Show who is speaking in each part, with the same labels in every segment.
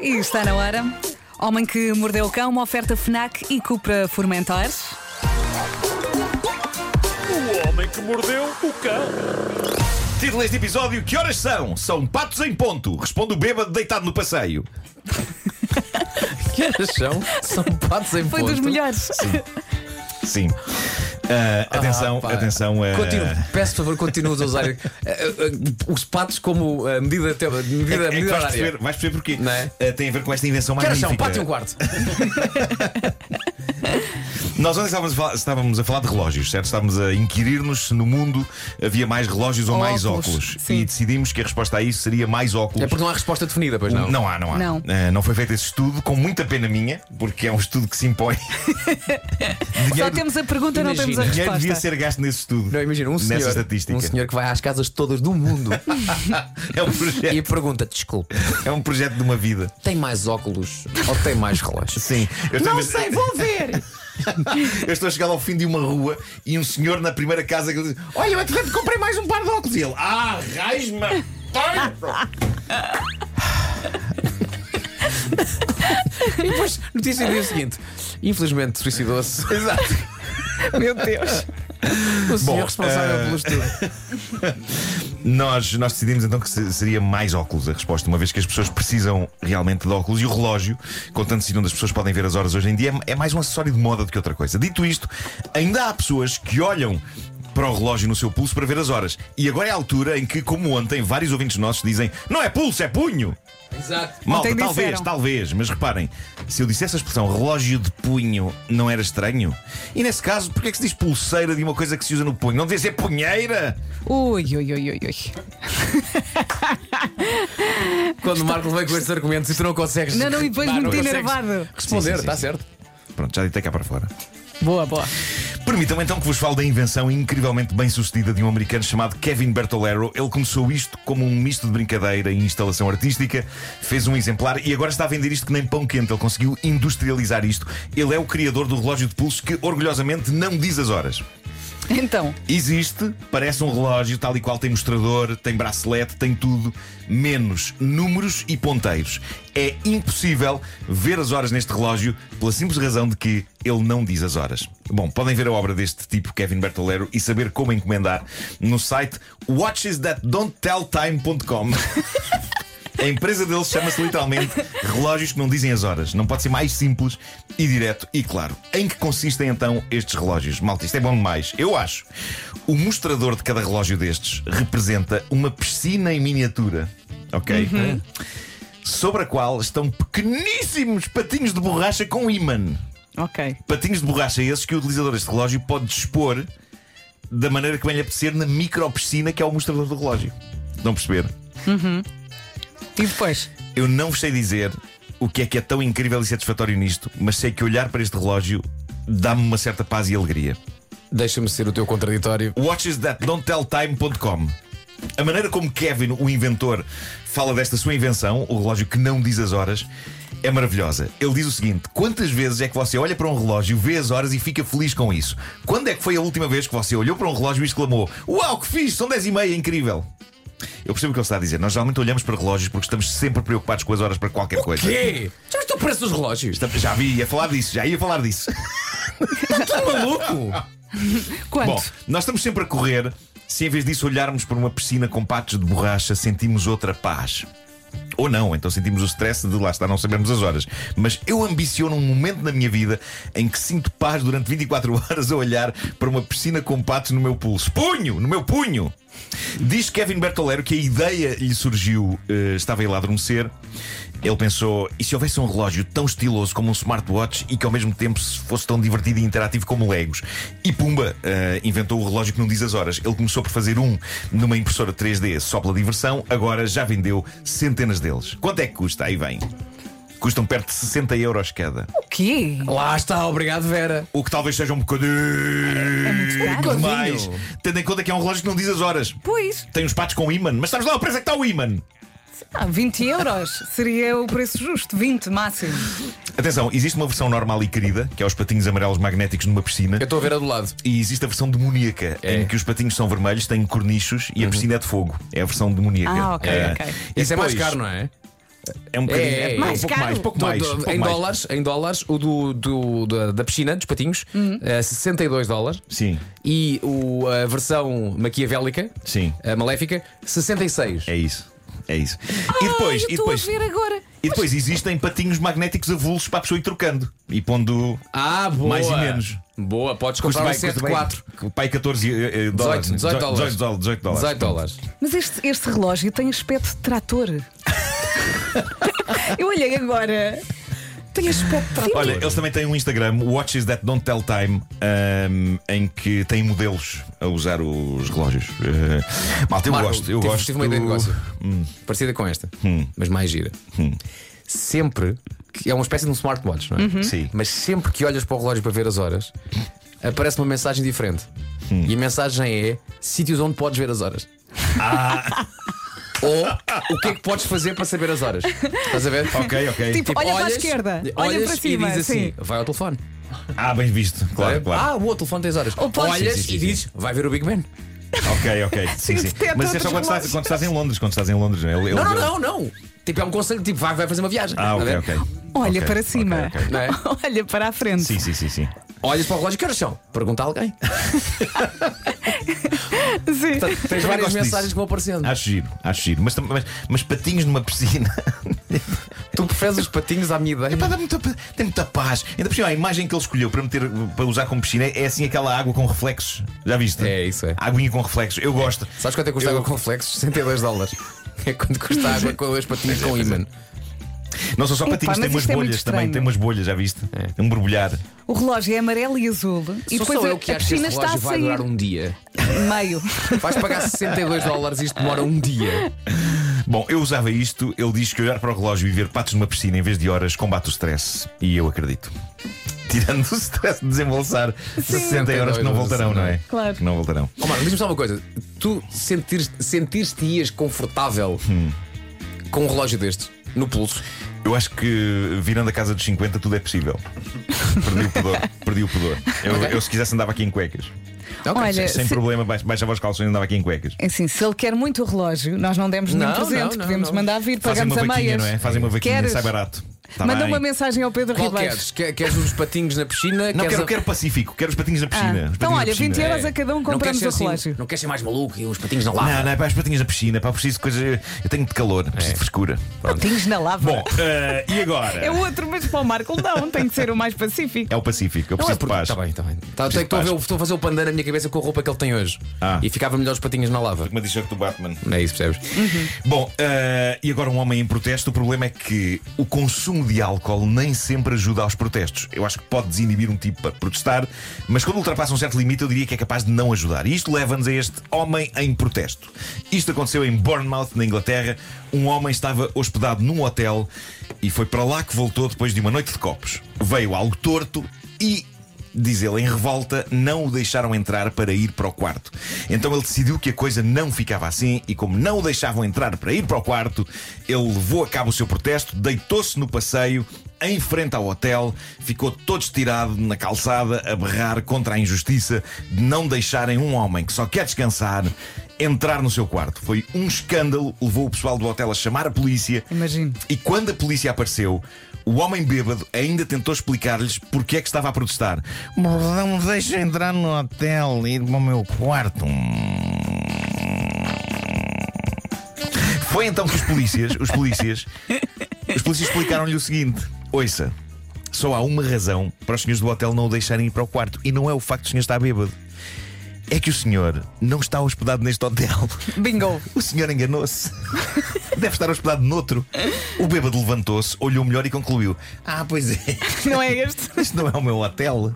Speaker 1: E está na hora. Homem que mordeu o cão, uma oferta FNAC e Cupra Formentor.
Speaker 2: O homem que mordeu o cão.
Speaker 3: Título deste episódio: Que horas são? São patos em ponto. Responde o bêbado deitado no passeio.
Speaker 4: Que horas são? São patos em
Speaker 1: Foi
Speaker 4: ponto.
Speaker 1: dos melhores.
Speaker 3: Sim. Ah, atenção,
Speaker 4: pá.
Speaker 3: atenção. ah,
Speaker 4: Continu- peço por favor, continuas a usar eh, eh, os patos como eh, medida, te-
Speaker 3: é-
Speaker 4: medida,
Speaker 3: é que
Speaker 4: medida
Speaker 3: vais,
Speaker 4: horária.
Speaker 3: perceber, vais perceber porquê.
Speaker 4: Não é?
Speaker 3: Ah, tem a ver com esta invenção
Speaker 4: Que horas
Speaker 3: magnífica.
Speaker 4: são? Pato e um quarto.
Speaker 3: Nós ontem estávamos a, falar, estávamos a falar de relógios, certo? Estávamos a inquirir-nos se no mundo havia mais relógios ou,
Speaker 1: Ou
Speaker 3: mais
Speaker 1: óculos,
Speaker 3: óculos.
Speaker 1: sim.
Speaker 3: E decidimos que a resposta a isso seria mais óculos.
Speaker 4: É porque não há resposta definida, pois não?
Speaker 3: Não há, não há.
Speaker 1: Não.
Speaker 3: Eh, não foi feito esse estudo, com muita pena minha, porque é um estudo que se impõe.
Speaker 1: Só
Speaker 3: dinheiro,
Speaker 1: temos a pergunta, não temos a
Speaker 4: Imagina.
Speaker 3: dinheiro devia
Speaker 1: resposta.
Speaker 3: ser gasto nesse estudo.
Speaker 4: Não, imagina, um senhor,
Speaker 3: Nessa estatística.
Speaker 4: um senhor que vai às casas todas do mundo
Speaker 3: É, um projeto,
Speaker 4: e pergunta: desculpe,
Speaker 3: é um projeto de uma vida.
Speaker 4: tem mais óculos ou tem mais relógios?
Speaker 3: Sim. Eu estou,
Speaker 1: Não sei, vou ver.
Speaker 3: eu estou a chegar ao fim de uma rua e um senhor na primeira casa que diz: Olha, eu até comprei mais um par de óculos. E ele: Ah, raiz-me!
Speaker 4: E depois, notícia do dia seguinte: infelizmente suicidou-se
Speaker 3: Exato.
Speaker 4: Meu Deus. O senhor
Speaker 3: Bom,
Speaker 4: responsável
Speaker 3: eh,
Speaker 4: pelo estudo.
Speaker 3: Nós, nós decidimos então que se- seria mais óculos a resposta, uma vez que as pessoas precisam realmente de óculos e o relógio, contando se onde as pessoas podem ver as horas hoje em dia, é é mais um acessório de moda do que outra coisa. Dito isto, ainda há pessoas que olham para o relógio no seu pulso para ver as horas. E agora é a altura em que, como ontem, vários ouvintes nossos dizem: Não é pulso, é punho!
Speaker 4: Exato.
Speaker 3: Malta,
Speaker 1: Ontem
Speaker 3: talvez,
Speaker 1: disseram.
Speaker 3: talvez, mas reparem, se eu dissesse a expressão relógio de punho, não era estranho? E nesse caso, porquê é que se diz pulseira de uma coisa que se usa no punho? Não devia ser punheira?
Speaker 1: Ui, ui, ui, ui, ui.
Speaker 4: Quando o Marco vem com estes argumentos e tu não consegues.
Speaker 1: Não, não, e depois
Speaker 4: Pá, não
Speaker 1: muito
Speaker 4: consegues
Speaker 1: enervado.
Speaker 3: Sim,
Speaker 4: Responder,
Speaker 3: sim,
Speaker 4: está
Speaker 3: sim.
Speaker 4: certo.
Speaker 3: Pronto, já deitei cá para fora.
Speaker 1: Boa, boa.
Speaker 3: Permitam-me então que vos fale da invenção incrivelmente bem sucedida de um americano chamado Kevin Bertolero. Ele começou isto como um misto de brincadeira e instalação artística, fez um exemplar e agora está a vender isto que nem pão quente. Ele conseguiu industrializar isto. Ele é o criador do relógio de pulso que, orgulhosamente, não diz as horas.
Speaker 1: Então,
Speaker 3: Existe, parece um relógio, tal e qual tem mostrador, tem bracelete, tem tudo, menos números e ponteiros. É impossível ver as horas neste relógio pela simples razão de que ele não diz as horas. Bom, podem ver a obra deste tipo, Kevin Bertolero, e saber como encomendar no site watchesthatdonttelltime.com. A empresa deles chama-se literalmente Relógios que não dizem as horas. Não pode ser mais simples e direto e claro. Em que consistem então estes relógios? Malta, isto é bom demais. Eu acho. O mostrador de cada relógio destes representa uma piscina em miniatura. Ok? Sobre a qual estão pequeníssimos patinhos de borracha com ímã.
Speaker 1: ok.
Speaker 3: Patinhos de borracha esses que o utilizador deste relógio pode dispor da maneira que bem lhe apetecer na micro piscina que é o mostrador do relógio. Estão a perceber?
Speaker 1: E depois?
Speaker 3: Eu não vos sei dizer o que é que é tão incrível e satisfatório nisto, mas sei que olhar para este relógio dá-me uma certa paz e alegria.
Speaker 4: Deixa-me ser o teu contraditório.
Speaker 3: WatchesThatDon'tTellTime.com A maneira como Kevin, o inventor, fala desta sua invenção, o relógio que não diz as horas, é maravilhosa. Ele diz o seguinte: quantas vezes é que você olha para um relógio, vê as horas e fica feliz com isso? Quando é que foi a última vez que você olhou para um relógio e exclamou: Uau, que fixe, são 10 e meia, incrível! Eu percebo o que ele está a dizer. Nós geralmente olhamos para relógios porque estamos sempre preocupados com as horas para qualquer coisa. é.
Speaker 4: Quê? Já estou preço dos relógios.
Speaker 3: Estamos- Já vi, ia falar disso, já ia falar disso.
Speaker 4: Estás maluco?
Speaker 1: Quanto?
Speaker 3: Bom, nós estamos sempre a correr. Se em vez disso olharmos por uma piscina com patos de borracha, sentimos outra paz. Ou não, então sentimos o stress de lá estar, não sabemos as horas. Mas eu ambiciono um momento na minha vida em que sinto paz durante 24 horas a olhar para uma piscina com patos no meu pulso. Punho! No meu punho! Diz Kevin Bertolero que a ideia lhe surgiu, eh, estava ele a adormecer. Ele pensou: e se houvesse um relógio tão estiloso como um smartwatch e que ao mesmo tempo se fosse tão divertido e interativo como Legos? E pumba, eh, inventou o relógio que não diz as horas. Ele começou por fazer um numa impressora 3D só pela diversão, agora já vendeu centenas deles. Quanto é que custa? Aí vem. Custam perto de 60 euros cada.
Speaker 1: O quê?
Speaker 4: Lá está, obrigado, Vera.
Speaker 3: O que talvez seja um bocadinho
Speaker 1: caro.
Speaker 3: demais, tendo em conta que é um relógio que não diz as horas.
Speaker 1: Pois,
Speaker 3: Tem uns patos com ímã, mas sabes lá o preço é que está o ímã?
Speaker 1: ah, 20 euros seria o preço justo, 20 máximo.
Speaker 3: Atenção, existe uma versão normal e querida, que é os patinhos amarelos magnéticos numa piscina,
Speaker 4: Eu estou a ver a do lado.
Speaker 3: e existe a versão demoníaca,
Speaker 4: É.
Speaker 3: em que os patinhos são vermelhos, têm cornichos e a piscina é de fogo. É a versão demoníaca.
Speaker 1: Ah, ok,
Speaker 3: É.
Speaker 1: ok.
Speaker 3: E
Speaker 4: Isso é mais
Speaker 3: depois-
Speaker 4: caro, não é?
Speaker 3: É um bocadinho.
Speaker 4: É,
Speaker 3: É,
Speaker 4: é, é.
Speaker 3: pouco-
Speaker 4: Mais
Speaker 3: pouco
Speaker 1: caro.
Speaker 3: mais, pouco
Speaker 4: Do-
Speaker 3: mais.
Speaker 4: do-
Speaker 3: pouco
Speaker 4: em,
Speaker 3: mais.
Speaker 4: dólares, em dólares, o do, do- da, da piscina, dos patinhos, eh, 62 dólares.
Speaker 3: Sim.
Speaker 4: E o, a versão maquiavélica,
Speaker 3: Sim.
Speaker 4: a maléfica, 66.
Speaker 3: É isso. É isso. e depois,
Speaker 1: Ai, eu
Speaker 3: e
Speaker 1: estou a
Speaker 3: depois,
Speaker 1: ver agora.
Speaker 3: e depois existem patinhos magnéticos avulsos para a pessoa ir trocando e pondo
Speaker 4: Ah, boa.
Speaker 3: Mais e menos.
Speaker 4: Boa, podes comprar um set de 4.
Speaker 3: Pai 14 eh, eh, dólares.
Speaker 4: 18 dólares.
Speaker 3: 18 dólares. 18 dólares.
Speaker 4: 18 dólares.
Speaker 1: Mas este, este relógio tem aspecto de trator. eu olhei agora. Tem aspecto de trator.
Speaker 3: Olha, eles também têm um Instagram, Watches That Don't Tell Time, ahm, em que têm modelos a usar os relógios. Eh, malta, eu
Speaker 4: Marco,
Speaker 3: gosto. Eu
Speaker 4: tive,
Speaker 3: gosto. Hum.
Speaker 4: tive uma ideia de negócio parecida com esta, mas mais gira. Sempre que é uma espécie de um smartwatch, não é?
Speaker 1: Uhum.
Speaker 3: Sim.
Speaker 4: Mas sempre que olhas para o relógio para ver as horas, aparece uma mensagem diferente.
Speaker 3: Hum.
Speaker 4: E a mensagem é sítios onde podes ver as horas.
Speaker 3: Ah.
Speaker 4: Ou o que é que podes fazer para saber as horas? Estás a ver?
Speaker 3: Ok, ok.
Speaker 1: Tipo- Olha para a esquerda, olha
Speaker 4: olhas
Speaker 1: para
Speaker 4: e
Speaker 1: cima,
Speaker 4: diz assim:
Speaker 1: sim.
Speaker 4: vai ao telefone.
Speaker 3: Ah, bem visto. Claro,
Speaker 4: Vai-
Speaker 3: claro.
Speaker 4: Ah, o outro telefone tem as horas.
Speaker 1: Ou podes-
Speaker 4: Olhas
Speaker 1: Sim, sim,
Speaker 4: e
Speaker 3: sim,
Speaker 4: dizes: vai ver o Big Ben. Ah.
Speaker 3: Ok, ok. Sim, sim.
Speaker 1: detecta
Speaker 3: Mas isso é só
Speaker 1: outros
Speaker 3: quando estás,
Speaker 1: relógios.
Speaker 3: quando estás em Londres. Quando estás em Londres. Ele, ele
Speaker 4: Não, não,
Speaker 3: deu-
Speaker 4: não, não. Tipo, é um conselho, tipo, vai, vai fazer uma viagem.
Speaker 3: Ah, ok,
Speaker 4: Tá a ver?
Speaker 3: ok.
Speaker 1: Olha
Speaker 3: Ok,
Speaker 1: para
Speaker 3: ok,
Speaker 1: cima.
Speaker 3: ok.
Speaker 4: Não é?
Speaker 1: Olha para a frente.
Speaker 3: Sim, sim, sim, sim.
Speaker 4: Olhas para o relógio, que horas são? Pergunta a alguém.
Speaker 1: Sim.
Speaker 3: Tá.
Speaker 4: Tens
Speaker 3: Também
Speaker 4: várias
Speaker 3: gosto
Speaker 4: mensagens
Speaker 3: disso.
Speaker 4: que vão aparecendo.
Speaker 3: Acho giro, acho giro. Mas, tam- mas, mas patinhos numa piscina.
Speaker 4: tu preferes os patinhos à minha ideia.
Speaker 3: Epá, dá Tá, muita, pa- tem muita paz. Ainda por cima, a imagem que ele escolheu para, meter, para usar como piscina é assim aquela água com reflexos. Já viste?
Speaker 4: É, isso é.
Speaker 3: Aguinha com reflexos. Eu gosto.
Speaker 4: Sabes quanto é que custa
Speaker 3: Eu-
Speaker 4: água com flexos? 62 dólares. É quanto custa água com dois patinhos com ímã.
Speaker 3: Não são só
Speaker 1: Epá,
Speaker 3: patinhos, tem
Speaker 1: mas
Speaker 3: umas
Speaker 1: isto é muito
Speaker 3: bolhas também.
Speaker 1: estranho.
Speaker 3: Tem umas bolhas, já viste? É. Um borbulhar.
Speaker 1: O relógio é amarelo e azul. e
Speaker 4: Sou
Speaker 1: depois
Speaker 4: só
Speaker 1: a,
Speaker 4: eu que
Speaker 1: a
Speaker 4: acho que este
Speaker 1: piscina está a
Speaker 4: relógio vai
Speaker 1: sair.
Speaker 4: durar um dia.
Speaker 1: Meio.
Speaker 4: Vais pagar 62 dólares e isto demora um dia.
Speaker 3: Bom, eu usava isto. Ele diz que olhar para o relógio e ver patos numa piscina em vez de horas combate o stress. E eu acredito. Tirando o stress de desembolsar 60 euros que não voltarão, não é?
Speaker 1: Claro.
Speaker 3: Que não voltarão.
Speaker 4: Ó, Marco, diz-me só uma coisa. Tu sentires- sentires-te-ias confortável com um relógio destes no pulso?
Speaker 3: Eu acho que virando a casa dos 50 tudo é possível. perdi o pudor. Perdi o pudor. Eu,
Speaker 4: Ok.
Speaker 3: eu, se quisesse andava aqui em cuecas.
Speaker 4: Ok.
Speaker 1: Olha,
Speaker 3: Sem
Speaker 1: se-
Speaker 3: problema, baix- baixava os calções e andava aqui em cuecas.
Speaker 1: É Assim, se ele quer muito o relógio, nós não demos nenhum
Speaker 4: Não,
Speaker 1: presente,
Speaker 4: não, não,
Speaker 1: podemos
Speaker 4: não.
Speaker 1: mandar vir,
Speaker 3: Fazem
Speaker 1: pagamos
Speaker 3: uma
Speaker 1: a
Speaker 3: vaquinha,
Speaker 1: meias.
Speaker 3: não é? Fazem uma vaquinha,
Speaker 1: Queres?
Speaker 3: sai barato. Tá
Speaker 1: Manda
Speaker 3: bem.
Speaker 1: uma mensagem ao Pedro
Speaker 4: Qual
Speaker 1: Ribeiro.
Speaker 4: queres? Que- Queres os patinhos na piscina?
Speaker 3: Não,
Speaker 4: queres
Speaker 3: quero,
Speaker 4: a-
Speaker 3: quero Pacífico, quero os patinhos na piscina. os
Speaker 1: Então,
Speaker 3: patinhos na
Speaker 1: olha, 20
Speaker 3: piscina.
Speaker 1: euros a cada um
Speaker 4: Não queres
Speaker 1: compramos
Speaker 4: ser
Speaker 1: o
Speaker 4: assim-
Speaker 1: relógio.
Speaker 4: não queres ser mais maluco e os patinhos na lava?
Speaker 3: Não, não, é para os patinhos na piscina, pá, preciso de coisa. Eu tenho de calor, preciso de frescura.
Speaker 1: Patinhos na lava.
Speaker 3: Bom, eh, e agora?
Speaker 1: É outro, mas para o Marco não, tem que ser o mais pacífico.
Speaker 3: É o Pacífico, eu
Speaker 4: Não é
Speaker 3: preciso de
Speaker 4: porque-
Speaker 3: paz.
Speaker 4: Tá bem, tá bem. Tá,
Speaker 3: Preciso
Speaker 4: é que estou, a
Speaker 3: de
Speaker 4: ver, estou a fazer o pandan na minha cabeça com a roupa que ele tem hoje.
Speaker 3: Ah.
Speaker 4: E ficava melhor os patinhos na lava.
Speaker 3: Uma t-shirt do Batman.
Speaker 4: É isso, percebes?
Speaker 3: Bom, eh, e agora um homem em protesto. O problema é que o consumo de álcool nem sempre ajuda aos protestos. Eu acho que pode desinibir um tipo para protestar, mas quando ultrapassa um certo limite, eu diria que é capaz de não ajudar. E isto leva-nos a este homem em protesto. Isto aconteceu em Bournemouth, na Inglaterra. Um homem estava hospedado num hotel e foi para lá que voltou depois de uma noite de copos. Veio algo torto e Diz ele, em revolta, não o deixaram entrar para ir para o quarto. Então ele decidiu que a coisa não ficava assim e, como não o deixavam entrar para ir para o quarto, ele levou a cabo o seu protesto, deitou-se no passeio, em frente ao hotel, ficou todo estirado na calçada a berrar contra a injustiça de não deixarem um homem que só quer descansar entrar no seu quarto. Foi um escândalo, levou o pessoal do hotel a chamar a polícia.
Speaker 1: Imagino.
Speaker 3: E quando a polícia apareceu, o homem bêbado ainda tentou explicar-lhes porque é que estava a protestar. Não me deixa entrar no hotel e ir para o meu quarto. Foi então que os polícias, os polícias, os polícias explicaram-lhe o seguinte: ouça, só há uma razão para os senhores do hotel não o deixarem ir para o quarto, e não é o facto de o senhor estar bêbado. É que o senhor não está hospedado neste hotel.
Speaker 1: Bingo.
Speaker 3: O senhor enganou-se. Deve estar hospedado noutro. O bêbado levantou-se, olhou melhor e concluiu: Ah, pois é,
Speaker 1: Não é este?
Speaker 3: isto não é o meu hotel.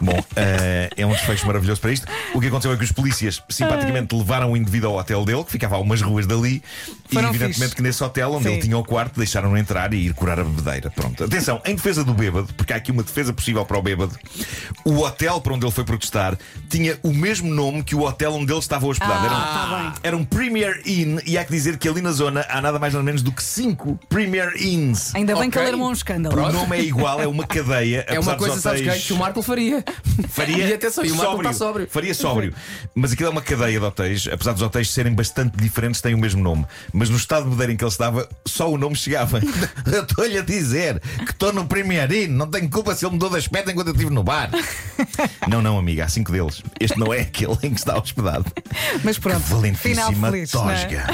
Speaker 3: Bom, eh, é um desfecho maravilhoso para isto. O que aconteceu é que os polícias simpaticamente levaram o indivíduo ao hotel dele, que ficava a umas ruas dali,
Speaker 1: Foram
Speaker 3: e evidentemente
Speaker 1: fixe.
Speaker 3: que nesse hotel onde
Speaker 1: Sim.
Speaker 3: ele tinha o quarto deixaram-no entrar e ir curar a bebedeira. Pronto, atenção, em defesa do bêbado, porque há aqui uma defesa possível para o bêbado, o hotel para onde ele foi protestar tinha o mesmo nome que o hotel onde ele estava
Speaker 1: Ah,
Speaker 3: hospedado. Era um-
Speaker 1: tá
Speaker 3: era um Premier Inn e há que dizer que ali na zona há nada mais nada menos do que 5 Premier Inns.
Speaker 1: Ainda bem que
Speaker 4: Ok.
Speaker 1: ele armou um escândalo.
Speaker 3: O nome é igual, é uma cadeia.
Speaker 4: É
Speaker 3: apesar
Speaker 4: uma
Speaker 3: dos
Speaker 4: coisa, sabes,
Speaker 3: hotéis-
Speaker 4: que, que o Marco faria.
Speaker 3: Faria
Speaker 4: E atenção, e o Marco está sóbrio.
Speaker 3: Faria sóbrio. Mas aquilo é uma cadeia de hotéis, apesar dos hotéis serem bastante diferentes, têm o mesmo nome. Mas no estado de madeira em que ele estava, só o nome chegava. Eu Estou-lhe a dizer que estou no Premierino, não tenho culpa se ele mudou de aspecto enquanto eu estive no bar. não, não, amiga, há cinco deles. Este não é aquele em que está hospedado.
Speaker 1: Mas pronto,
Speaker 3: que valentíssima
Speaker 1: final feliz. não é?
Speaker 3: tosga.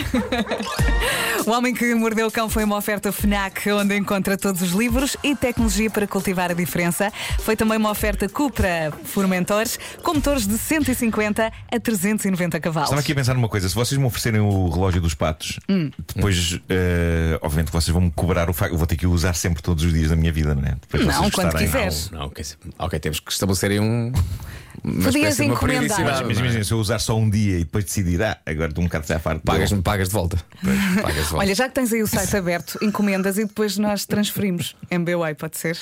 Speaker 1: O Homem que Mordeu o Cão foi uma oferta FNAC, onde encontra todos os livros e tecnologia para cultivar a diferença. Foi também uma oferta Cupra Formentores, com motores de 150 a 390 cavalos.
Speaker 3: Estava aqui a pensar numa coisa: se vocês me oferecerem o relógio dos patos,
Speaker 1: Hum.
Speaker 3: depois, eh, obviamente, vocês vão me cobrar o facto. Eu vou ter que o usar sempre todos os dias da minha vida, não é? Depois
Speaker 1: Não,
Speaker 3: vocês
Speaker 1: quando
Speaker 3: gostarem.
Speaker 1: quiseres.
Speaker 4: Não, ok, ok, temos que estabelecer aí um. Uma
Speaker 1: Podias
Speaker 4: espécie de uma
Speaker 1: encomendar.
Speaker 4: periodicidade,
Speaker 3: Mas, mas
Speaker 4: não é?
Speaker 3: imagina, se eu usar só um dia e depois decidir, ah, agora estou um bocado já farto.
Speaker 4: Pagas-me, pagas de volta. Pagas de volta.
Speaker 1: Olha, já que tens aí o site aberto, encomendas e depois nós transferimos. MBWay, pode ser?